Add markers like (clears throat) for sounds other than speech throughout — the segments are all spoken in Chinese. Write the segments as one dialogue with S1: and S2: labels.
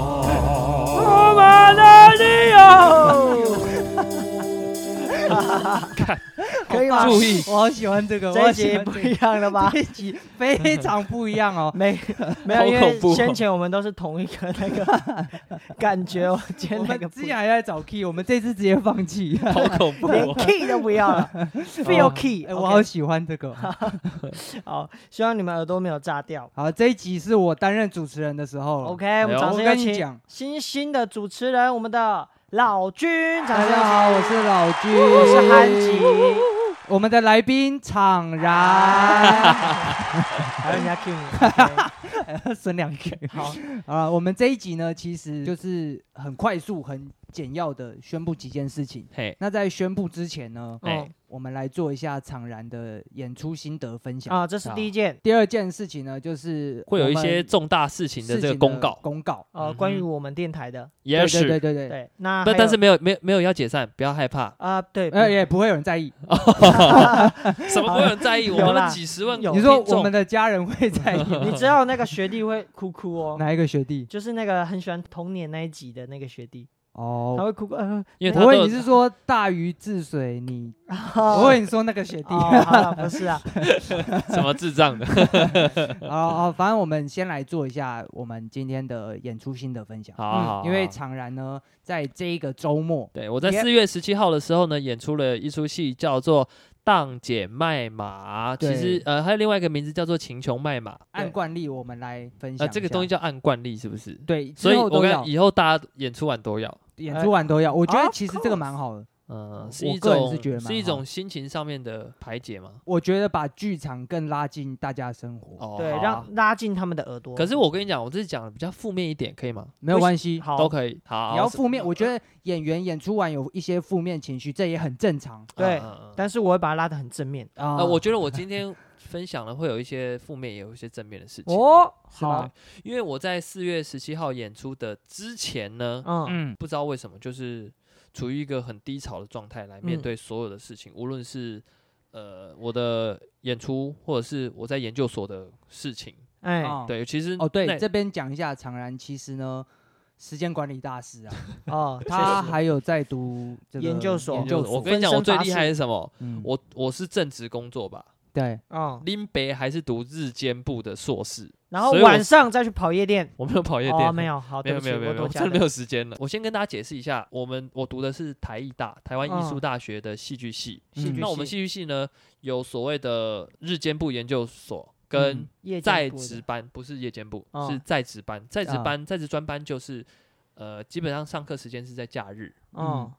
S1: 我们的理由。
S2: (laughs)
S3: 可以吗？
S1: 注意
S3: 我喜欢这个，
S2: 这
S3: 我
S2: 一
S3: 喜
S2: 集
S3: 欢
S2: 不
S3: 这
S2: 一
S3: 个
S2: 样了吧？。
S3: (laughs) 这一集非常不一样
S2: (laughs)
S3: 哦 (laughs)
S2: 没没有，
S1: 好
S2: 因
S1: 恐怖
S2: 为
S1: 哦
S2: 先前我们都是同一个那个
S3: (laughs)
S2: 感觉，我今
S3: 我
S2: 天那
S3: 们
S2: 个不
S3: 之前还在找 key，我们这次直接放弃。
S1: 好恐怖、
S2: 连
S1: 哦！
S2: key 都不要
S3: (laughs)
S2: 了，feel key，OK
S3: 哎，我好喜欢
S1: (laughs)
S3: 这个。
S2: 好，希望你们耳朵没有炸掉。
S3: 好，这一集是我担任主持人的时候了。
S2: OK，我们
S1: 呦
S2: 掌
S3: 哦哎我
S2: 声有
S3: 跟你
S2: 请
S3: 讲，
S2: 新兴的主持人，我们的老君，掌
S3: 大
S2: 声有
S3: 家
S2: 请。
S3: 好，我是
S2: 我
S3: 老君，
S2: 是憨
S3: 哎
S2: 吉，
S3: 我们的来宾厂
S1: 啊
S3: (laughs) 然，
S2: 还有哎人家 Q 你，
S3: 省两句。
S2: 好，
S3: 好了，我们这一集呢，其实就是很快速、很简要的宣布几件事情。
S1: 嘿，
S3: 那在宣布之前呢，
S1: 哎
S2: 嗯
S3: 我们来做一下厂然的演出心得分享。
S2: 啊，这是第一件，
S3: 第二件事情呢，就
S1: (laughs)
S3: 是
S1: 会有一
S3: 我们
S1: 些重大事情的这个公
S3: 事情
S1: 告
S3: 的，公告。
S1: 嗯
S2: 呃，关于我们电台的，
S1: 也
S3: 对对
S1: 是，
S3: 对对对，
S2: 对，那
S1: 但
S2: 还
S1: 但
S2: 有，
S1: 是没有没有没有要解散，不要害怕
S2: 啊，对，
S3: 呃，也不会有人在意。
S1: 什么没有人在意，
S2: 有
S1: 我们
S2: 啦
S1: 的几十万
S2: 有
S3: 你
S1: 哦听
S3: 说
S1: 众，
S3: 我们的家人会在意
S2: 你知道那个学弟会哭
S1: (laughs)
S2: 哭哦，
S3: 哪一个学弟？
S2: 就是那个很喜欢童年那一集的那个学弟，他
S3: 哦，
S2: 会哭哭，呃，
S1: 因为他
S3: 我
S1: 都
S3: 问你
S1: 有
S3: 是说大禹治水你，我问你说那个学弟。
S2: 哦，好了，不
S1: (laughs)
S2: 是啊，
S1: 什么智障的，
S3: (laughs) 好好，反正我们先来做一下我们今天的演出心得分享。嗯
S1: 好啊好好，
S3: 因为
S1: 好
S3: 常然呢，在这一个周末，
S1: 对我在
S3: 也
S1: 四月十七号的时候呢，演出了一出戏叫做《荡姐卖马》，其
S3: 对
S1: 实呃还有另外一个名字叫做《秦琼卖马》，
S3: 按惯例我们来分享
S1: 呃
S3: 一下、
S1: 这个东西叫按惯例是不是？
S3: 对，
S1: 所
S3: 之
S1: 以
S3: 后
S1: 我
S3: 都
S1: 跟哦
S3: 要
S1: 以后大家演出完都要，
S3: 演出完都要。我觉得
S2: Of
S3: 其实这个蛮好的，
S1: 嗯、
S3: 我
S1: 是一
S3: 个人
S1: 种
S3: 是觉得蛮
S1: 一
S3: 好
S1: 种心情上面的排解嘛。
S3: 我觉得把剧场更拉近大家生活，
S1: 哦，
S2: 对，
S1: 好啊
S2: 让拉近他们的耳朵。
S1: 可是我跟你讲，我这是讲得比较负面一点，可以吗？
S3: 没有
S2: 不
S3: 关系。
S2: 好
S1: 都，可以，好，嗯
S3: 你要负面，我觉得演员演出完有一些负面情绪，这也很正常
S2: 对
S1: 嗯嗯嗯
S2: 但是我会把它拉得很
S1: (laughs)
S2: 正面。
S3: 啊、
S1: 呃，我觉得我今天分享了会有一些负面，也有一些正面的事情。
S2: 哦，
S3: 是吧
S2: 好，
S1: 因为我在四月十七号演出的之前呢，
S2: 嗯，
S3: 嗯，
S1: 不知道为什么就是处于一个很低潮的状态来面
S2: 嗯
S1: 对所有的事情，无论是呃我的演出，或者是我在研究所的事情。
S2: 哎，
S3: 哦
S1: 对，其实
S3: 哦，
S1: 那
S3: 对，这边讲一下，常然其实呢，时间管理大师
S1: (laughs)
S3: 啊，
S2: 哦，
S3: 他
S2: 确实
S3: 还有在读这个
S2: 研究所
S3: 研
S1: 就
S3: 究
S1: 是
S3: 所。
S1: 我跟你讲，
S2: 分身
S1: 我最
S2: 乏
S1: 厉害是什么？
S3: 嗯，
S1: 我我是正职工作吧，
S3: 对，
S2: 嗯，
S1: 林北还是读日间部的硕士，
S2: 然后
S1: 所以我
S2: 晚上再去跑夜店。
S1: 我没有跑夜
S2: 哦，
S1: 店， (laughs)
S2: 没有，好，
S1: 没
S2: 对
S1: 有
S2: 不
S1: 没
S2: 起，
S1: 有没有
S2: 我
S1: 没有，
S2: 多
S1: 我
S2: 加
S1: 真的
S2: 了
S1: 没有时间了。我先跟大家解释一下，我们我读的是台艺大台湾艺术
S2: 嗯
S1: 大学的戏剧系。
S3: 嗯
S2: 戏剧
S1: 那我们
S2: 系
S1: 戏剧系呢，有所谓的日间部研究所跟
S3: 嗯
S2: 夜间
S1: 在
S2: 部的
S1: 职班，不是夜间部，
S2: 哦
S1: 是在职班。在职
S3: 啊
S1: 班在职专班就是，呃，基本上上课时间是在假日。
S2: 嗯，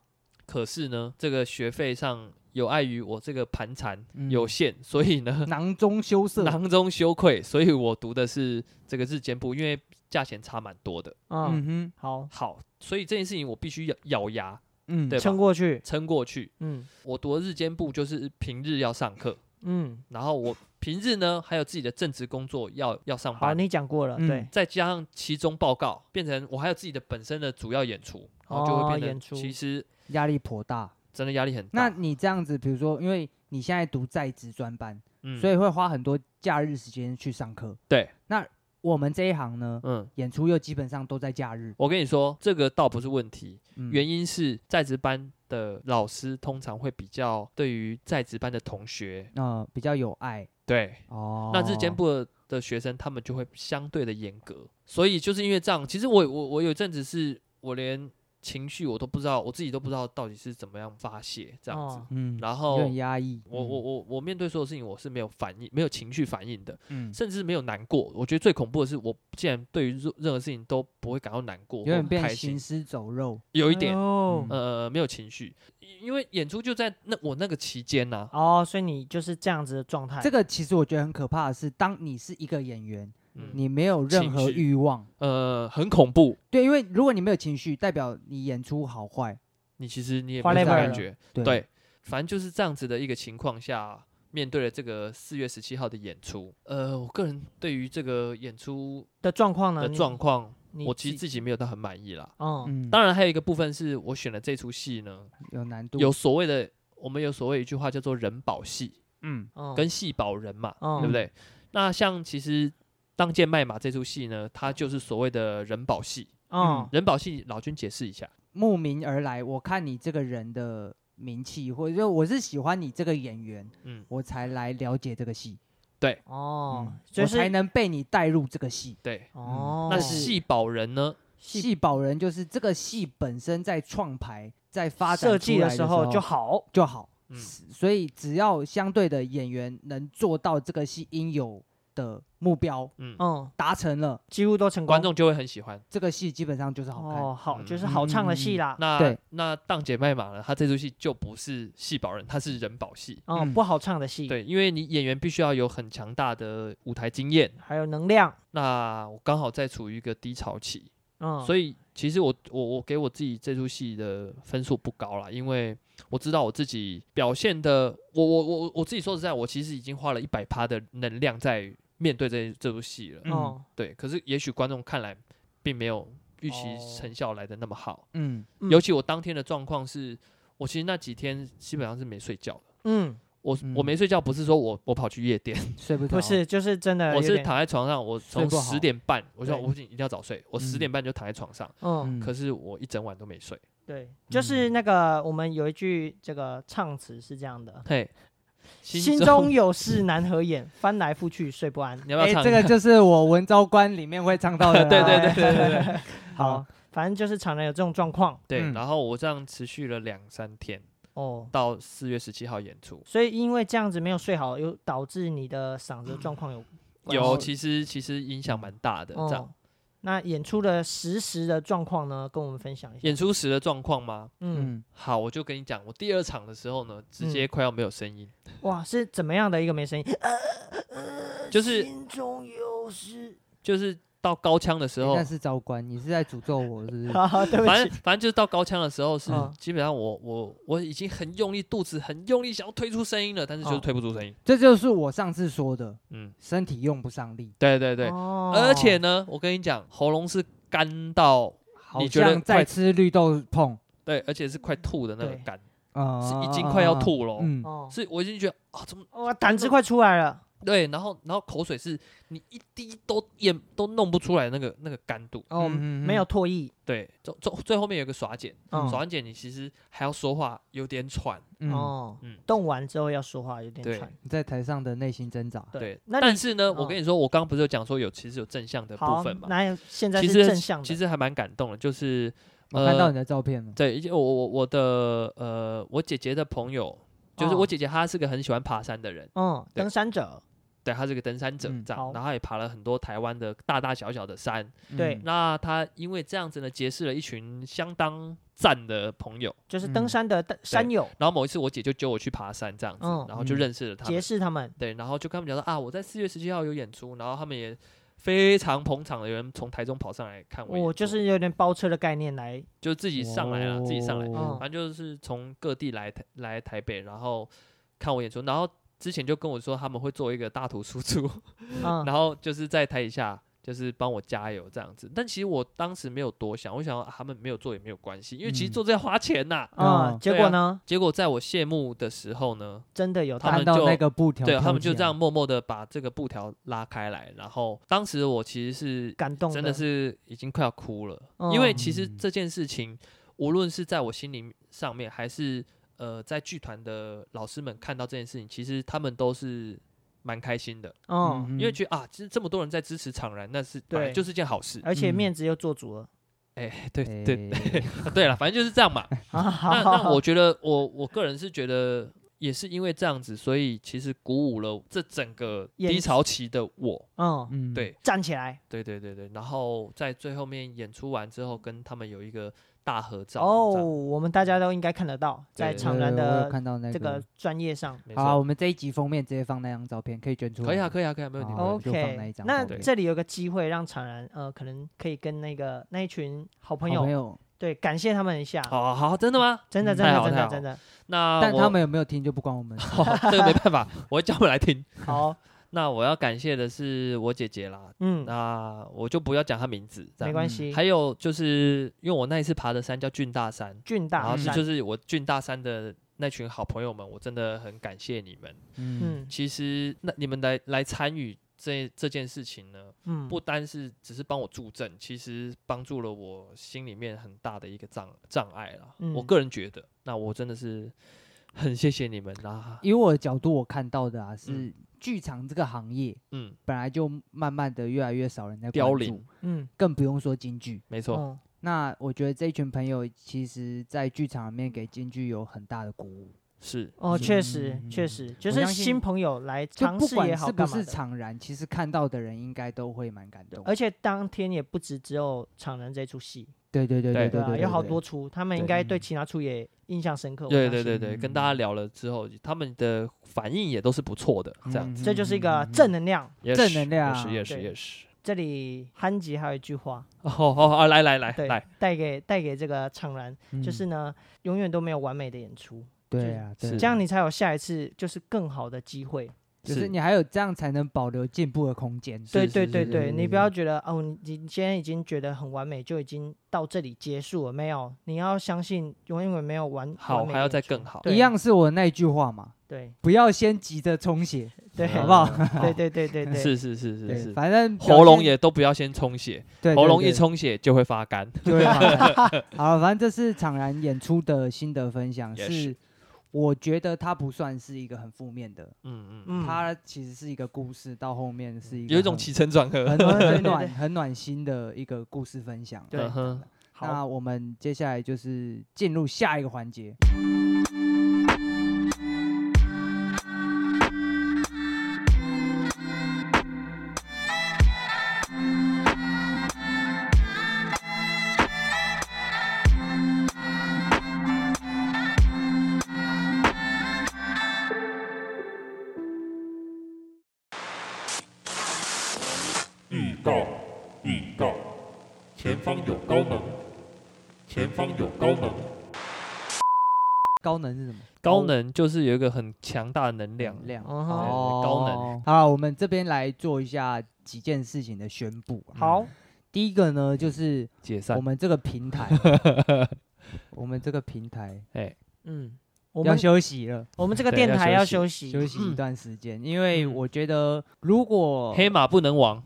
S1: 可是呢，这个学费上有碍于我这个盘缠
S3: 嗯
S1: 有限，所以呢，
S3: 囊中羞涩，
S1: (laughs) 囊中羞愧，所以我读的是这个日间部，因为价钱差蛮多的。
S2: 嗯，
S3: 嗯哼，
S2: 好，
S1: 好，所以这件事情我必须咬咬牙
S3: 嗯，
S1: 对吧
S2: 撑过去，
S1: 撑过去。
S2: 嗯
S1: 我读的日间部就是平日要上课，
S2: 嗯，
S1: 然后我平日呢还有自己的正职工作要要上
S2: 好，
S1: 班，
S2: 你讲过了，
S3: 嗯
S2: 对，
S1: 再加上期中报告，变成我还有自己的本身的主要演出，然后就
S2: 哦
S1: 会变
S2: 演出
S1: 成其实
S3: 压力颇大。
S1: 真的压力很
S3: 那
S1: 大。
S3: 你这样子，比如说，因为你现在读在职专班，
S1: 嗯
S3: 所以会花很多假日时间去上课。
S1: 对，
S3: 那我们这一行呢，
S1: 嗯，
S3: 演出又基本上都在假日，
S1: 我跟你说，这个倒不是问题，
S3: 嗯
S1: 原因是在职班的老师通常会比较对于在职班的同学，
S3: 呃比较有爱
S1: 对，
S3: 哦。
S1: 那日间部的的学生他们就会相对的严格，所以就是因为这样，其实我我我有一阵子是我连情绪我都不知道，我自己都不知道到底是怎么样发泄这样子，
S2: 哦
S3: 嗯，
S1: 然
S3: 有嗯
S1: 后
S3: 点压抑。
S1: 我我我我面对所有事情我是没有反应，没有情绪反应的，
S3: 嗯，嗯
S1: 甚至没有难过。我觉得最恐怖的是，我竟然对于任任何事情都不会感到难过，
S3: 有点变
S1: 开心，
S3: 行尸走肉。
S1: 有一点、
S2: 哦
S3: 嗯
S1: 呃没有情绪，因为演出就在那我那个期间呐、
S2: 哦，所以你就是这样子的状态，
S3: 这个其实我觉得很可怕的是，当你是一个演员，
S1: 嗯
S3: 你没有任
S1: 情
S3: 何
S1: 绪
S3: 欲望，
S1: 呃很恐怖，
S3: 对，因为如果你没有情绪，代表你演出好坏。
S1: 你其实你也没有什么
S2: Whatever
S1: 感觉。
S3: 对，
S1: 对，反正就是这样子的一个情况下，面对了这个四月十七号的演出，呃，我个人对于这个演出
S2: 的状况呢？
S1: 的
S2: 你
S1: 状，况，
S2: 你
S1: 我其实
S2: 自
S1: 自己没有到很满意啦。
S2: 嗯
S3: 嗯，
S1: 当然，还有一个部分是我选的这出戏呢，
S3: 有难度，
S1: 有所谓的，我们有所谓一句话叫做“人保戏
S3: 嗯，
S2: 嗯”
S1: 跟“戏保人”嘛，对
S2: 嗯
S1: 不对？那像其实《当剑卖马》这出戏呢，它就是所谓的人保戏，
S2: 嗯，
S1: 人保系老君解释一下，
S3: 慕名而来，我看你这个人的名气，或者说我是喜欢你这个演员，
S1: 嗯，
S3: 我才来了解这个戏，
S2: 哦
S3: 嗯，
S2: 就
S3: 我
S2: 是
S3: 才能被你带入这个戏。
S1: 对。
S2: 哦，
S1: 嗯那戏保人呢？
S2: 戏
S3: 戏保人就是这个戏本身在创牌、在发展
S2: 设计
S3: 出来
S2: 的
S3: 的
S2: 时
S3: 候
S2: 候就好，
S3: 就好，
S1: 嗯
S3: 所以只要相对的演员能做到这个戏应有的目标
S1: 嗯，
S2: 嗯，
S3: 达成了，
S2: 几乎都成功。
S1: 观众就会很喜欢。
S3: 这个戏基本上就是好看。
S2: 哦，好，
S1: 嗯
S2: 就是好唱的戏啦。嗯
S1: 那
S3: 对
S1: 那当姐妹马呢？她这出戏就不是戏保人，她是人保戏。
S2: 嗯，
S3: 嗯
S2: 不好唱的戏，
S1: 对，因为你演员必须要有很强大的舞台经验。
S2: 还有能量，
S1: 那我刚好在处于一个低潮期，
S2: 嗯，
S1: 所
S2: 以
S1: 以其实我我我给我自己这出戏的分数不高啦，因为我知道我自己表现的，我我我我自己说实在，我其实已经花了一百趴的能量在面对这这部戏了。
S3: 嗯
S2: 哦，
S1: 对，可是也许观众看来并没有预期
S2: 哦
S1: 成效来的那么好，
S3: 嗯
S2: 嗯
S1: 尤其我当天的状况是，我其实那几天基本上是没睡觉的。
S2: 嗯，
S1: 我我
S3: 嗯
S1: 没睡觉，不是说我我跑去夜
S3: (laughs)
S1: 店，
S3: 睡不着。
S2: 不是，就是真的有
S1: 我
S2: 点，
S1: 是躺在床上，我
S3: 睡
S1: 从
S3: 不好
S1: 十点半，我说
S2: 对
S1: 我不行，一定要早睡，我十
S3: 嗯
S1: 点半就躺在床上，
S2: 嗯，
S1: 可是我一整晚都没睡。
S2: 对，
S1: 嗯
S2: 就是那个我们有一句这个唱词是这样的。
S1: 嘿，
S2: 心
S1: 中
S2: 中有事难合眼，翻来覆去睡不安。
S1: (laughs) 你要不
S3: 哎、
S1: 要唱一下？
S3: 这个就是我文昭关里面会唱到的啊哎啦。
S1: (laughs) 对对对对对对
S2: (laughs) 好，反正就是常常有这种状况
S1: 对。
S3: 嗯
S1: 然后我这样持续了两三天，
S2: 哦。
S1: 到四月十七号演出。
S2: 所以因为这样子没有睡好，又导致你的嗓子状
S1: (clears throat)
S2: 况有关
S1: 有，
S2: 系
S1: 其实其实影响蛮大的。这样
S2: 哦。那演出的实时的状况呢，跟我们分享一下。
S1: 演出时的状况吗？
S2: 嗯，
S3: 嗯，
S1: 好，我就跟你讲，我第二场的时候呢，直接快要没有声音，
S2: 哇，是怎么样的一个没声音？
S1: 呃就是
S2: 心中有事。 (laughs)
S1: 就是到高腔的时
S3: 那、
S1: 候，
S3: 是昭关，你是在诅咒我是不是？
S2: 好，对
S1: 反
S2: 不
S1: 正
S2: 起。
S1: 反正就是到高腔的时候是
S2: 嗯
S1: 基本上我我我已经很用力，肚子很用力想要推出声音了，但是就是
S2: 哦
S1: 推不出声音。
S3: 这就是我上次说的，
S1: 嗯，
S3: 身体用不上力，
S1: 对对对。
S2: 哦
S1: 而且呢，我跟你讲，喉咙是干到
S3: 好
S1: 你觉得
S3: 像
S1: 快
S3: 在吃绿豆碰，
S1: 对，而且是快吐的那个
S2: 对
S1: 干，
S3: 啊、
S1: 是已经快要吐了哦。
S3: 嗯，
S2: 哦，
S1: 是我已经觉得啊，怎么
S2: 哇，胆子快出来了。
S1: 对？然后然后口水是你一滴都咽都弄不出来那个那个干度。
S2: 哦，
S3: 嗯嗯嗯
S2: 没有唾液。
S1: 对，最最最后面有个耍剪，
S2: 嗯
S1: 耍完剪你其实还要说话，有点喘。
S3: 嗯，
S2: 哦
S1: 嗯，
S2: 动完之后要说话有点
S1: 对
S2: 喘。
S3: 你在台上的内心挣扎，
S1: 对，
S2: 那
S1: 但
S2: 你
S1: 是呢，
S2: 嗯
S1: 我跟你说，我刚不是有讲说有其实有正向的部
S2: 好
S1: 分，嘛？
S2: 那有现在
S1: 其
S2: 是
S1: 实
S2: 正向的。
S1: 其实还蛮感动的，就是
S3: 我看到
S1: 呃
S3: 你，的照片了，
S1: 对，我我我的呃，我姐姐的朋友，就是
S2: 哦
S1: 我姐姐，她是个很喜欢爬山的人，
S2: 嗯，
S1: 对
S2: 登山者，
S1: 对，她是个登山者
S3: 嗯
S1: 这样
S2: 好，
S1: 然后她也爬了很多台湾的大大小小的山，
S2: 对
S3: 嗯
S1: 那他因为这样子呢，结识了一群相当赞的朋友。
S2: 就是
S3: 嗯
S2: 登山的登山友，
S1: 然后某一次，我姐就揪我去爬山，这样子，
S2: 嗯
S1: 然后就
S3: 嗯
S1: 认识了他
S2: 结
S1: 们。
S2: 识他们。
S1: 对，然后就跟他们讲说啊，我在四月十七号有演出，然后他们也非常捧场的，有人从台中跑上来看我演出。
S2: 我哦就是有点包车的概念来，
S1: 就自己上来了，自己上来，
S3: 嗯
S2: 哦
S1: 反正就是从各地来台来台北，然后看我演出，然后之前就跟我说他们会做一个大图输
S3: (laughs)
S1: 出，
S2: 嗯，
S1: 然后就是在台底下就是帮我加油这样子。但其实我当时没有多想，我想说啊他们没有做也没有关系，因为其实
S3: 嗯
S1: 做这要花钱呐、
S2: 啊，
S3: 嗯
S2: 结果呢，
S1: 结果在我谢幕的时候呢，
S2: 真的有
S1: 他
S2: 他
S1: 们
S3: 看到
S1: 就
S3: 那个布条，
S1: 对他们就这样，默默的把这个布条拉开来，然后当时我其实是
S2: 感动
S1: 真的是已经快要哭了，因为其实
S3: 嗯
S1: 这件事情，无论是在我心灵上面，还是呃在剧团的老师们看到这件事情，其实他们都是蛮开心的，
S2: 嗯，
S1: 因为觉得啊，其实这么多人在支持怅然，那是本来
S2: 对哎
S1: 就是件好事。
S2: 而且面子又做足了
S1: 哎，对
S3: 哎
S1: 对 (laughs) 对了，反正就是这样
S2: (laughs)
S1: 嘛。那
S2: 啊，好
S1: 那我觉得我我个人是觉得。也是因为这样子，所以其实鼓舞了这整个
S2: 演
S1: 低潮期的我。
S2: 嗯，
S3: 嗯，
S1: 对，
S2: 站起来
S1: 对对对对，然后在最后面演出完之后，跟他们有一个大合照。
S2: 哦，
S1: 这样
S2: 我们大家都应该看得到，在
S1: 对
S3: 对
S2: 常
S3: 对
S2: 然
S3: 我有
S2: 的
S3: 看到那
S2: 这个专业上
S1: 没
S3: 好啊，
S1: 错，
S3: 我们这一集封面直接放那张照片，可以捐出来。
S1: 可以啊，可以啊，可以啊，没问题。没
S3: 好
S1: 问题
S3: 就放那
S2: ，OK
S3: 一。张
S2: 那
S3: 照片
S2: 这里有个机会让常然呃，可能可以跟那个那一群好朋
S3: 好
S2: 友
S3: 朋友，
S2: 对感谢他们一下，
S1: 好好好，真的吗？
S2: 真的
S3: 嗯
S2: 真
S1: 太
S2: 的
S1: 好
S2: 真
S1: 太
S2: 的
S1: 好
S2: 真的
S1: 那
S3: 但
S1: 啊我
S3: 他们有没有听就不关我
S1: (laughs)
S3: 们事。
S1: 这个没办法，我会叫我来听。
S3: (laughs)
S2: 好，
S1: 那我要感谢的是我姐姐啦，
S2: 嗯，
S1: 那我就不要讲她名字，这
S2: 没
S1: 样。
S2: 关系。
S1: 还有就是因为我那一次爬的山叫俊大山，
S2: 俊
S1: 然后
S2: 大
S1: 是
S2: 山，
S1: 就是我俊大山的那群好朋友们，我真的很感谢你们。
S3: 嗯
S2: 嗯，
S1: 其实那你们来来参与这这件事情呢，
S2: 嗯，
S1: 不单是只是帮我助阵，其实帮助了我心里面很大的一个障障碍啦。
S2: 嗯
S1: 我个人觉得，那我真的是很谢谢你们啦。
S3: 以我的角度，我看到的啊，
S1: 嗯
S3: 是剧场这个行业
S1: 嗯，
S3: 本来就慢慢的越来越少人在
S1: 凋
S3: 关
S1: 零
S3: 注，，哦
S2: 嗯，
S3: 更不用说京剧。
S1: 没错，
S2: 嗯
S3: 那我觉得这一群朋友，其实，在剧场里面给京剧有很大的鼓舞，
S1: 是
S2: 哦，确实
S3: 嗯
S2: 确实，就
S3: 我
S2: 是
S3: 相信
S2: 新朋友来
S3: 就
S2: 尝
S3: 不
S2: 试也
S3: 管
S2: 好，
S3: 是不
S2: 干嘛
S3: 是
S2: 的。
S3: 场然，其实看到的人应该都会蛮感动。
S2: 而且当天也不止只有场人这出戏，
S3: 对对对
S1: 对
S3: 对
S2: 对啊，
S3: 对，
S2: 有好
S3: 对
S2: 多出，他们应
S1: 对
S2: 该对
S3: 嗯
S2: 其他出也印象深刻。我
S1: 对
S2: 相
S1: 对对
S2: 信
S1: 对，跟大家聊了之后，他们的反应也都是不错的，
S3: 嗯
S1: 这样子。
S2: 这就是一个正能量。
S1: 也
S3: 正
S1: 是
S3: 能量
S1: 也是
S2: 对
S1: 也是也是。
S2: 这里憨吉还有一句话，
S1: 哦哦哦，来来 (laughs) 来
S2: 对
S1: 来，，
S2: 带给带给这个场然，
S3: 嗯
S2: 就是呢，永远都没有完美的演出，
S3: 对啊，
S1: 是
S3: 对啊
S2: 这样你才有下一次就是更好的机会。
S3: 就是
S1: 是
S3: 你还有这样才能保留进步的空间。
S1: 是
S2: 对对对
S3: 是
S2: 对，
S3: 是
S2: 你
S3: 是
S2: 不要觉得哦，你你今天已经觉得很完美，就已经到这里结束了，没有，你要相信永远没有完，
S1: 好
S2: 完美
S1: 还
S2: 的
S1: 要
S2: 演
S1: 再
S2: 出
S1: 更好
S2: 对
S3: 一样是我那一句话嘛，
S2: 对
S3: 不要先急着冲血，
S2: 对，
S3: 好不好？ (laughs)
S2: 对对对对
S1: 嗯
S2: 对，
S1: 是是是是
S3: 对，
S1: 是，
S3: 反正表
S1: 喉咙
S3: 现
S1: 也都不要先充血，
S3: 对
S1: 喉
S3: 对
S1: 咙一
S3: 对
S1: 充血就会发干。
S3: 就
S2: (laughs)
S3: 会麻烦好了，反正这是场然演出的心得分享，
S1: 也
S3: 是
S1: 是
S3: 我觉得它不算是一个很负面的，
S1: 嗯嗯，
S2: 嗯，
S3: 它其实是一个故事，到后面是一个
S1: 有一种
S3: 很
S1: 起承转
S2: (laughs)
S1: 合。
S3: 很很
S2: 对对
S3: 很暖
S2: 对
S3: 很暖心的一个故事分享。
S2: 对
S1: 嗯哼，
S2: 好，
S3: 那我们接下来就是进入下一个环节。
S4: 预告，预告，前方有高能，前方有高能。
S3: 高能是什么？
S1: 高能就是有一个很强大的能量，
S3: 量
S2: 嗯哼
S1: 哦高能。
S3: 好，我们这边来做一下几件事情的宣布啊。
S2: 好，
S3: 第一个呢，
S1: 嗯
S3: 就是
S1: 解
S3: 我
S1: 散。
S3: 们这个
S1: (laughs)
S3: 平台，我们这个平台
S1: 哎，
S2: 嗯，我
S3: 要
S2: 们
S3: 休息了，
S2: 我们这个
S1: 对
S2: 电
S1: 要休
S2: 台要
S1: 息
S2: 休息，
S3: 休息一
S1: 嗯
S3: 段时间，因为
S1: 嗯
S3: 我觉得如果
S1: 黑马不能亡，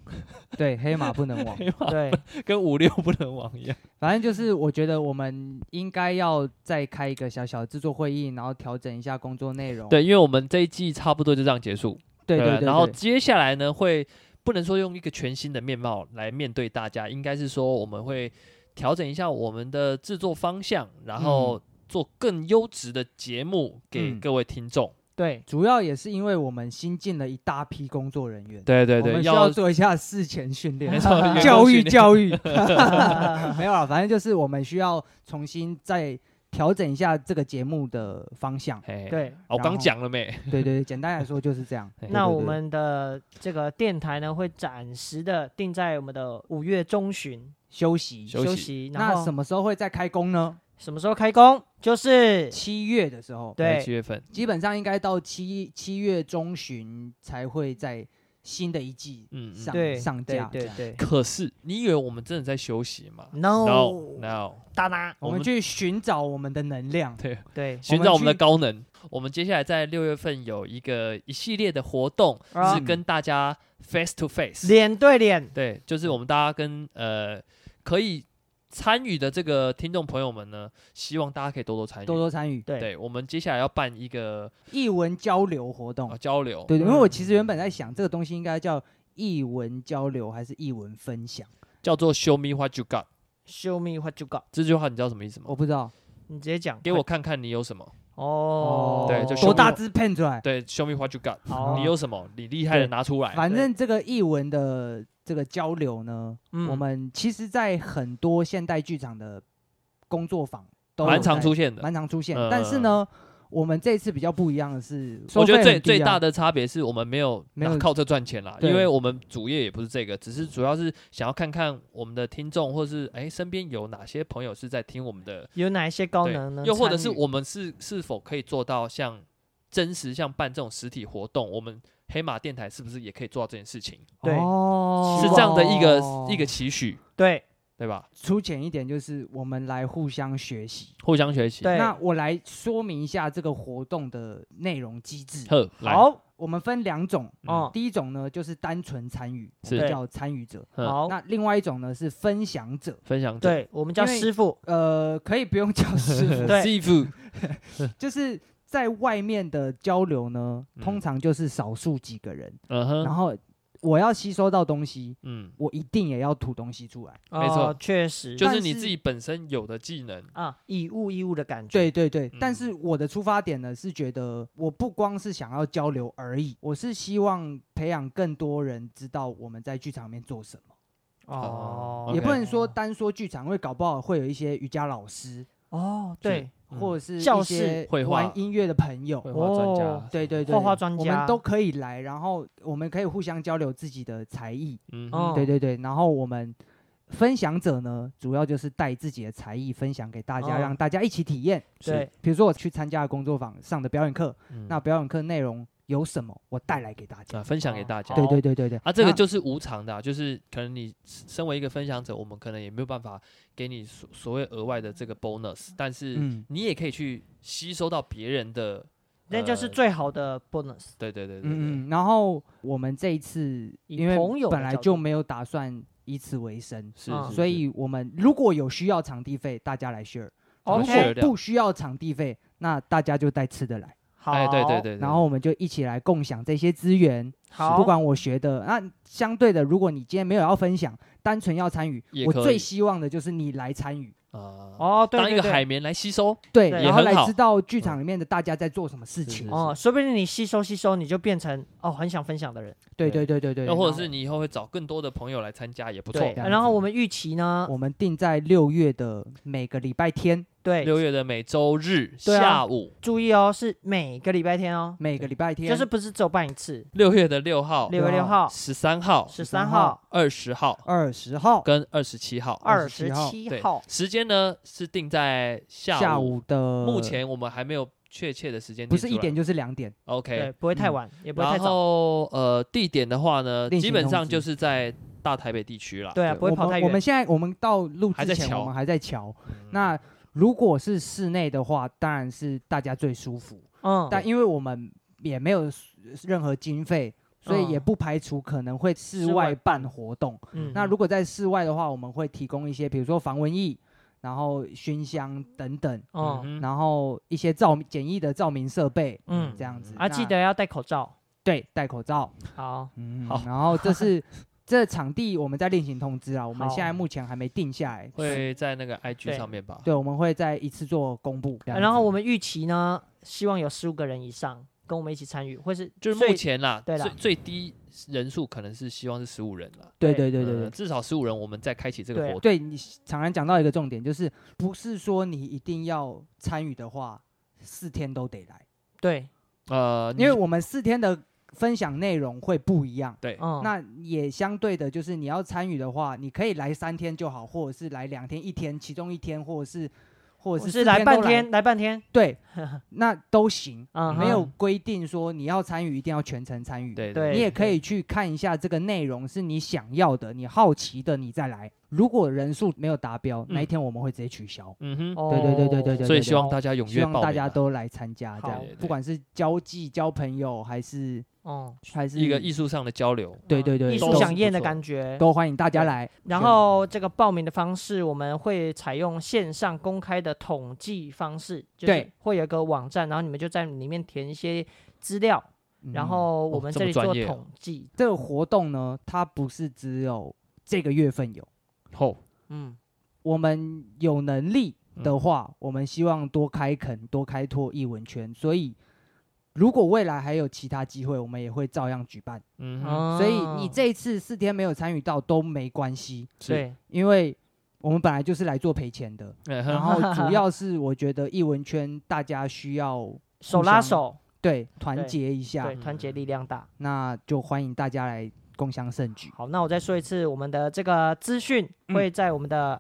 S3: 对黑马不能忘，
S2: 对，
S1: (laughs) 跟五六不能亡一样。
S3: 反正就是我觉得我们应该要再开一个小小的制作会议，然后调整一下工作内容。
S1: 对，因为我们这一季差不多就这样结束。
S3: 哦对对
S1: 吧
S3: 对，
S1: 然后
S3: 对
S1: 接下来呢，会不能说用一个全新的面貌来面对大家，应该是说我们会调整一下我们的制作方向，然后做更优质的节目给
S3: 嗯
S1: 各位听众。
S3: (laughs)
S2: 对， (laughs)
S3: 主要也是因为我们新进了一大批工作人员，
S1: 对对
S3: 我们
S1: 对，
S3: 需要做一下事前训练
S1: 没。
S3: (laughs)
S1: 错员工
S3: 教育
S1: 训练
S3: 教育， (laughs) 没有啊，反正就是我们需要重新再调整一下这个节目的方向。
S1: 哎，
S2: 对，
S1: 啊我
S3: 然
S1: 刚
S3: 后
S1: 讲了没？
S3: 对对对，简单来说就是这样。
S1: (laughs) 对
S2: 那
S3: 对
S2: 我
S3: 对
S2: 们的这个电台呢，会暂时的定在我们的五月中旬
S3: 休息，
S1: 休息
S2: 息，然
S3: 那
S2: 后
S3: 什么时候会再开工呢？
S2: 什么时候开工？就是
S3: 七月的时候，
S1: 来 (laughs) 七
S2: 对
S1: 月份，
S3: 基本上应该到七七月中旬才会在新的一季
S1: 嗯，嗯
S3: 上
S2: 对
S3: 上
S2: 对
S3: 架。
S2: 对对
S1: 可是你以为我们真的在休息吗
S2: ，no
S1: no，
S2: 哒哒，
S3: 我
S1: 我
S3: 们
S1: 们
S3: 去寻找我们的能
S1: (laughs)
S3: 量。
S1: 对，
S3: (laughs)
S2: 对，
S1: 寻找我
S3: 去
S1: 们的高能。我们接下来在六月份有一个一系列的活动，
S2: 啊
S1: 是跟大家 face to face，
S2: 脸对脸，
S1: 对，就是我们大家跟呃可以参与的这个听众朋友们呢，希望大家可以多多参与。
S3: 多多参与
S2: 对，
S1: 对，我们接下来要办一个
S3: 译文交流活动
S1: 呃，交流，
S3: 对，因为我其实原本在想这个东西应该叫译文交流还是译文分享，
S1: 叫做 Show me what you got。
S2: 秀蜜花就搞，
S1: 这句话你知道什么意思吗
S3: 我？不知道
S2: 你直接讲，
S1: 给我看看你有什么。
S2: 哦，
S1: 对就
S3: 多
S1: 秀
S3: 大
S1: 蜜
S3: 字骗出来。
S1: 对，Show me what you got。
S2: 好啊
S1: 你，有什么？你厉害的
S3: 哦对
S1: 拿出来。
S3: 反正这个译文的这个交流呢，
S2: 嗯
S3: 我们其实，在很多现代剧场的工作坊都有
S1: 蛮常
S3: 在
S1: 出现的。
S3: 蛮常出现
S1: 嗯。
S3: 但是呢，我们这次比较不一样的是，
S1: 我觉得最最大
S3: 的
S1: 的差别是我们没有
S3: 啊没
S1: 拿
S3: 有
S1: 靠这赚钱啦，
S3: 对
S1: 因为我们主业也不是这个，只是主要是想要看看我们的听众，或是哎身边有哪些朋友是在听我们的，
S2: 有哪一些高
S1: 对
S2: 能呢？
S1: 又或者
S2: 参
S1: 是
S2: 与
S1: 我们是是否可以做到像真实像办这种实体活动，我们黑马电台是不是也可以做到这件事情？
S2: 对
S3: 哦
S1: 是这样的一个一个期许。
S2: 对
S1: 对吧？
S3: 粗浅一点，就是我们来互相学习。
S1: 互相学习。
S2: 对
S3: 那我来说明一下这个活动的内容机制。
S1: 呵，来，嗯
S2: 好，
S3: 我们分两种，
S2: 哦，
S3: 第一种呢就是单纯参与，我
S1: 是
S3: 们叫参与者；
S1: 嗯
S2: 好，
S3: 那另外一种呢是分享者。
S1: 分享者，
S2: 对我们叫
S3: 因为
S2: 师傅，
S3: 呃，可以不用叫师
S1: (laughs)
S3: 傅，
S2: 对
S1: 师傅，
S3: 就是在外面的交流呢，通
S1: 嗯
S3: 常就是少数几个人，
S1: 嗯哼，
S3: 然后我要吸收到东西，
S1: 嗯，
S3: 我一定也要吐东西出来。
S1: 没错
S2: 哦确实，
S1: 就
S3: 但
S1: 是你
S3: 是
S1: 自己本身有的技能，
S2: 啊，以物易物的感觉，
S3: 对对对，但
S1: 嗯
S3: 是我的出发点呢是觉得，我不光是想要交流而已，我是希望培养更多人知道我们在剧场里面做什么，
S2: 哦，
S3: 也
S1: OK
S3: 不能说单说剧场，因为搞不好会有一些瑜伽老师
S2: 哦，对，
S1: 嗯
S3: 或者是
S2: 教
S3: 一
S2: 室
S3: 些
S1: 绘画
S3: 玩音乐的朋友
S1: 绘，画专
S2: 哦
S1: 家，
S3: 对对对，
S2: 画画专
S3: 我
S2: 家
S3: 们都可以来，然后我们可以互相交流自己的才艺，
S1: 嗯
S2: 哦
S1: 哼，
S3: 对对对，然后我们。分享者呢，主要就是带自己的才艺分享给大
S1: 嗯
S3: 家，
S2: 哦
S3: 让大家一起体验。
S1: 是
S2: 对，
S3: 比如说我去参加工作坊上的表演课，
S1: 嗯
S3: 那表演课内容有什么，我带来给大家
S1: 啊，。分享给大家
S2: 哦。
S3: 对
S2: 好
S3: 对对对对，
S1: 啊，这个
S3: 那
S1: 就是无偿的、啊，就是可能你身为一个分享者，我们可能也没有办法给你所所谓额外的这个 bonus，但是
S3: 嗯
S1: 你也可以去吸收到别人的，
S2: 那就是
S1: 呃
S2: 最好的 bonus，
S1: 对对对对对，
S3: 嗯嗯，然后我我们这一次
S2: 以
S3: 因为
S2: 朋友的
S3: 本来
S2: 角
S3: 就
S2: 度
S3: 没有打算以此为生，
S1: 是是
S2: 嗯
S3: 啊所
S1: 是
S3: 以我们如果有需要场地费，大家来 share；
S1: 好
S3: 如
S2: OK，
S1: 哦 share
S3: 果
S1: 掉
S3: 不需要场地费，那大家就带吃的来，
S2: 好，
S1: 哎，对对，对，
S3: 然后我们就一起来共享这些资源。
S2: 好，
S3: 不管我学的，那相对的，如果你今天没有要分享，单纯要参与
S1: 也，
S3: 我
S1: 可以
S3: 最希望的就是你来参与。
S1: 啊、
S2: 哦，对
S1: 当一
S2: 对
S1: 个海
S2: 对，
S1: 绵来吸收，
S3: 对，
S2: 对
S1: 也
S3: 然后
S1: 很
S3: 来
S1: 好嗯
S3: 知道剧场里面的大家在做什么事
S1: 是
S3: 情。
S1: 是
S2: 哦，说不定你吸收吸收，你就变成哦很想分享的人，
S3: 对对对对对。
S1: 又或者是
S3: 然
S1: 你以后会找更多的朋友来参加，也不错
S2: 对。。啊
S3: 这样
S2: 然后
S3: 子
S2: 我们预期呢
S3: 后，我们定在六月的每个礼拜天，
S2: 对，
S1: 六月的每周日、
S2: 对啊
S1: 下午，
S2: 注意哦，是每个礼拜天哦，
S3: 每个礼拜天
S2: 就是不是只有办一次，
S1: 六月的六号、
S2: 六月六
S3: 六
S2: 号、
S1: 哦十三号、
S2: 十
S3: 13
S2: 三
S3: 号
S2: 号、
S1: 二十号
S3: 二十号
S1: 跟二十七号。
S2: 二十
S3: 27号
S2: 七
S1: 对
S2: 号，，
S1: 时间呢是定在下
S3: 下午的，
S1: 目前我们还没有确切的时间定
S3: 不
S1: 出
S3: 是
S1: 来，
S3: 一点就是两点，
S2: 对，
S1: OK。
S2: 不会太
S3: 嗯
S2: 晚，也不会太
S1: 然
S2: 早，
S1: 后呃，地点的话呢，
S3: 另
S1: 基
S3: 行
S1: 本
S3: 通
S1: 上
S3: 知
S1: 就是在大台北地区啦。
S2: 对啊，不会
S3: 我
S2: 跑太
S3: 们我们
S2: 远。
S3: 现在我们到录
S1: 还
S3: 之
S1: 在
S3: 前，
S1: 瞧
S3: 我们还在瞧。
S1: 嗯
S3: 那如果是室内的话，当然是大家最舒服。
S2: 嗯，
S3: 但因为我们也没有 s- 任何经费，所以也
S2: 嗯
S3: 不排除可能会室
S2: 室外
S3: 外办活动。
S2: 嗯
S3: 那如果在室外的话，我们会提供一些，比如说防蚊液，然后熏香等等，
S1: 嗯
S2: 嗯
S1: 哼
S3: 然后一些照明简易的照明设备，
S2: 嗯
S3: 这样子。
S2: 啊，记
S3: 那
S2: 得要戴口罩。
S3: 对戴口罩。
S2: 好，
S3: 嗯
S1: 好
S3: 然后这是 (laughs) 这场地我们在另行通知啊，我们现在
S2: 好
S3: 目前还没定下来。
S1: 会在那个
S2: 对
S1: IG 上面吧。
S3: 对，我们会再一次做公布。这样
S2: 啊然后
S3: 子
S2: 我们预期呢，希望有十五个人以上跟我们一起参与，或是
S1: 就是
S2: 最
S1: 目前啦，
S2: 对啦
S1: 最最低人数可能是希望是十五人啦。
S3: 对
S2: 对
S3: 对对对
S1: 呃
S3: 对，
S1: 至少十五人，我们再开启这个
S2: 对啊
S1: 活动。
S3: 对你常常讲到一个重点，就是不是说你一定要参与的话，四天都得来，
S2: 对，
S1: 呃，
S3: 因为
S1: 你
S3: 我们四天的分享内容会不一样。
S1: 对
S2: 嗯，
S3: 那也相对的，就是你要参与的话，你可以来三天就好，或者是来两天、一天，其中一天，或者是或者
S2: 我
S3: 是
S2: 是
S3: 四
S2: 来
S3: 都
S2: 半天，来半天， (laughs)
S3: 对，那都行，
S2: 嗯哼，
S3: 没有规定说你要参与一定要全程参与。
S1: 对
S2: 对
S3: 你也可以去看一下这个内容是你想要的、你好奇的，你再来。如果人数没有达标，那一
S1: 嗯
S3: 天我们会直接取消。
S1: 嗯哼，
S2: 哦，
S3: 对对对对对对
S1: 所以
S3: 对
S1: 希望大家踊
S3: 希
S1: 跃
S3: 望
S1: 报名啊。
S3: 大家都来参加，
S2: 好
S3: 这样
S1: 对对
S3: 不管是交际、交朋友，还是
S2: 哦，
S3: 还是
S1: 一个艺术上的交流。
S3: 对
S2: 嗯
S3: 对对
S2: 艺
S1: 都
S2: 术
S1: 是不
S2: 飨宴的
S1: 错
S2: 感觉。
S3: 都欢迎大家来。
S2: 然后这个报名的方式，我们会采用线上公开的统计方式，就是
S3: 对
S2: 会有一个网站，然后你们就在里面填一些资料，
S3: 嗯
S2: 然后我
S1: 哦
S2: 们
S1: 这
S2: 这
S1: 么
S2: 里
S1: 专
S2: 做
S1: 业哦
S3: 啊
S2: 统计。
S3: 这个活动呢，它不是只有这个月份有，
S1: 后
S2: 嗯，
S3: 我们有能力的
S1: 嗯
S3: 话，我们希望多开垦、多开拓艺文圈，所以。如果未来还有其他机会，我们也会照样举办。
S1: 嗯哼，
S2: 哦
S3: 所以你这一次四天没有参与到都没关系，
S1: 是，
S2: 对
S3: 因为我们本来就是来做赔钱的。
S1: 嗯哼
S3: 然后主要是我觉得艺文圈大家需要
S2: 手拉
S3: 相
S2: 手，
S3: 对
S2: 对
S3: 团结一下
S2: 对，，团结力量大。
S3: 那就欢迎大家来共襄盛举。
S2: 好，那我再说一次，我们的这个资讯
S3: 嗯
S2: 会在我们的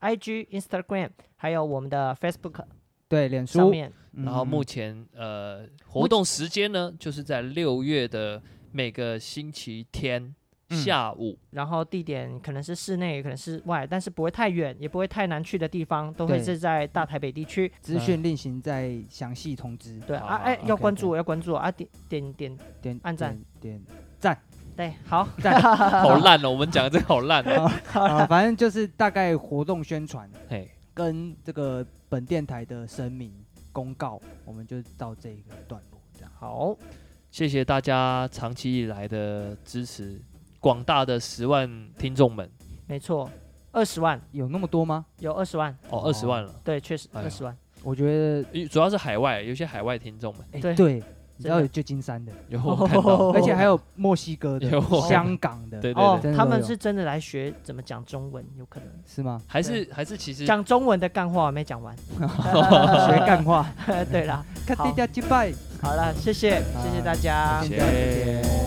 S2: IG、Instagram，还有我们的 Facebook
S3: 对，脸
S2: 上
S3: 书，嗯
S2: 面。
S1: 然后目
S3: 前
S1: 前呃活动时间呢，就是在六月的每个星期天
S3: 嗯
S1: 下
S3: (laughs)
S1: 午
S2: 然后地点可能是室内，也可能是外，但是不会太远，也不会太难去的地方，都会
S3: 对
S2: 是在大台北地区。
S3: 资讯另行再详细通知。
S2: 嗯对
S1: 好
S2: 啊，
S1: 好
S2: 哎，
S1: 好
S2: 要
S3: OK，
S2: 关注
S3: 对
S2: 我，要关注我啊！点点点，
S3: 点
S2: 按赞
S3: 点点 (laughs)
S2: 对，好，
S1: 好烂哦，我们讲的这个好烂
S3: (laughs)
S1: 哦。
S3: 啊、反正就是大概活动宣
S2: (laughs)
S3: 传
S1: 嘿，
S3: 跟这个本电台的声明公告，我们就到这一个段落这样。
S2: 好，
S1: 谢谢大家长期以来的支持，广大的十万听众们
S2: 没错，二十万
S3: 有那么多吗？
S2: 有二十万，
S1: 哦，
S3: 哦
S1: 二十万了，
S2: 对，确实
S1: 哎呀
S2: 二十万，
S3: 我觉得，
S1: 因为主要是海外，有些海外听众们
S3: 哎、
S2: 对
S3: 对，你知
S2: 真
S3: 道
S2: 的
S3: 有旧金山的，
S1: 有我看到，
S3: 哦而且还有墨西哥的
S1: 有、
S3: 香港的，
S1: 对对
S2: 哦
S1: 对，
S3: 真，的
S2: 他
S3: 都
S2: 们
S3: 有
S2: 是真的来学怎么讲中文，有可能 (laughs)
S3: 是吗？
S1: 还是还是其实
S2: 讲中文的干话我没讲完，
S3: (laughs)
S2: (laughs)
S3: 学干话，
S2: 对啦，
S3: 看
S2: 好
S3: 地下击败，
S2: 好了，谢谢，谢谢大家，
S1: 谢
S3: 谢谢。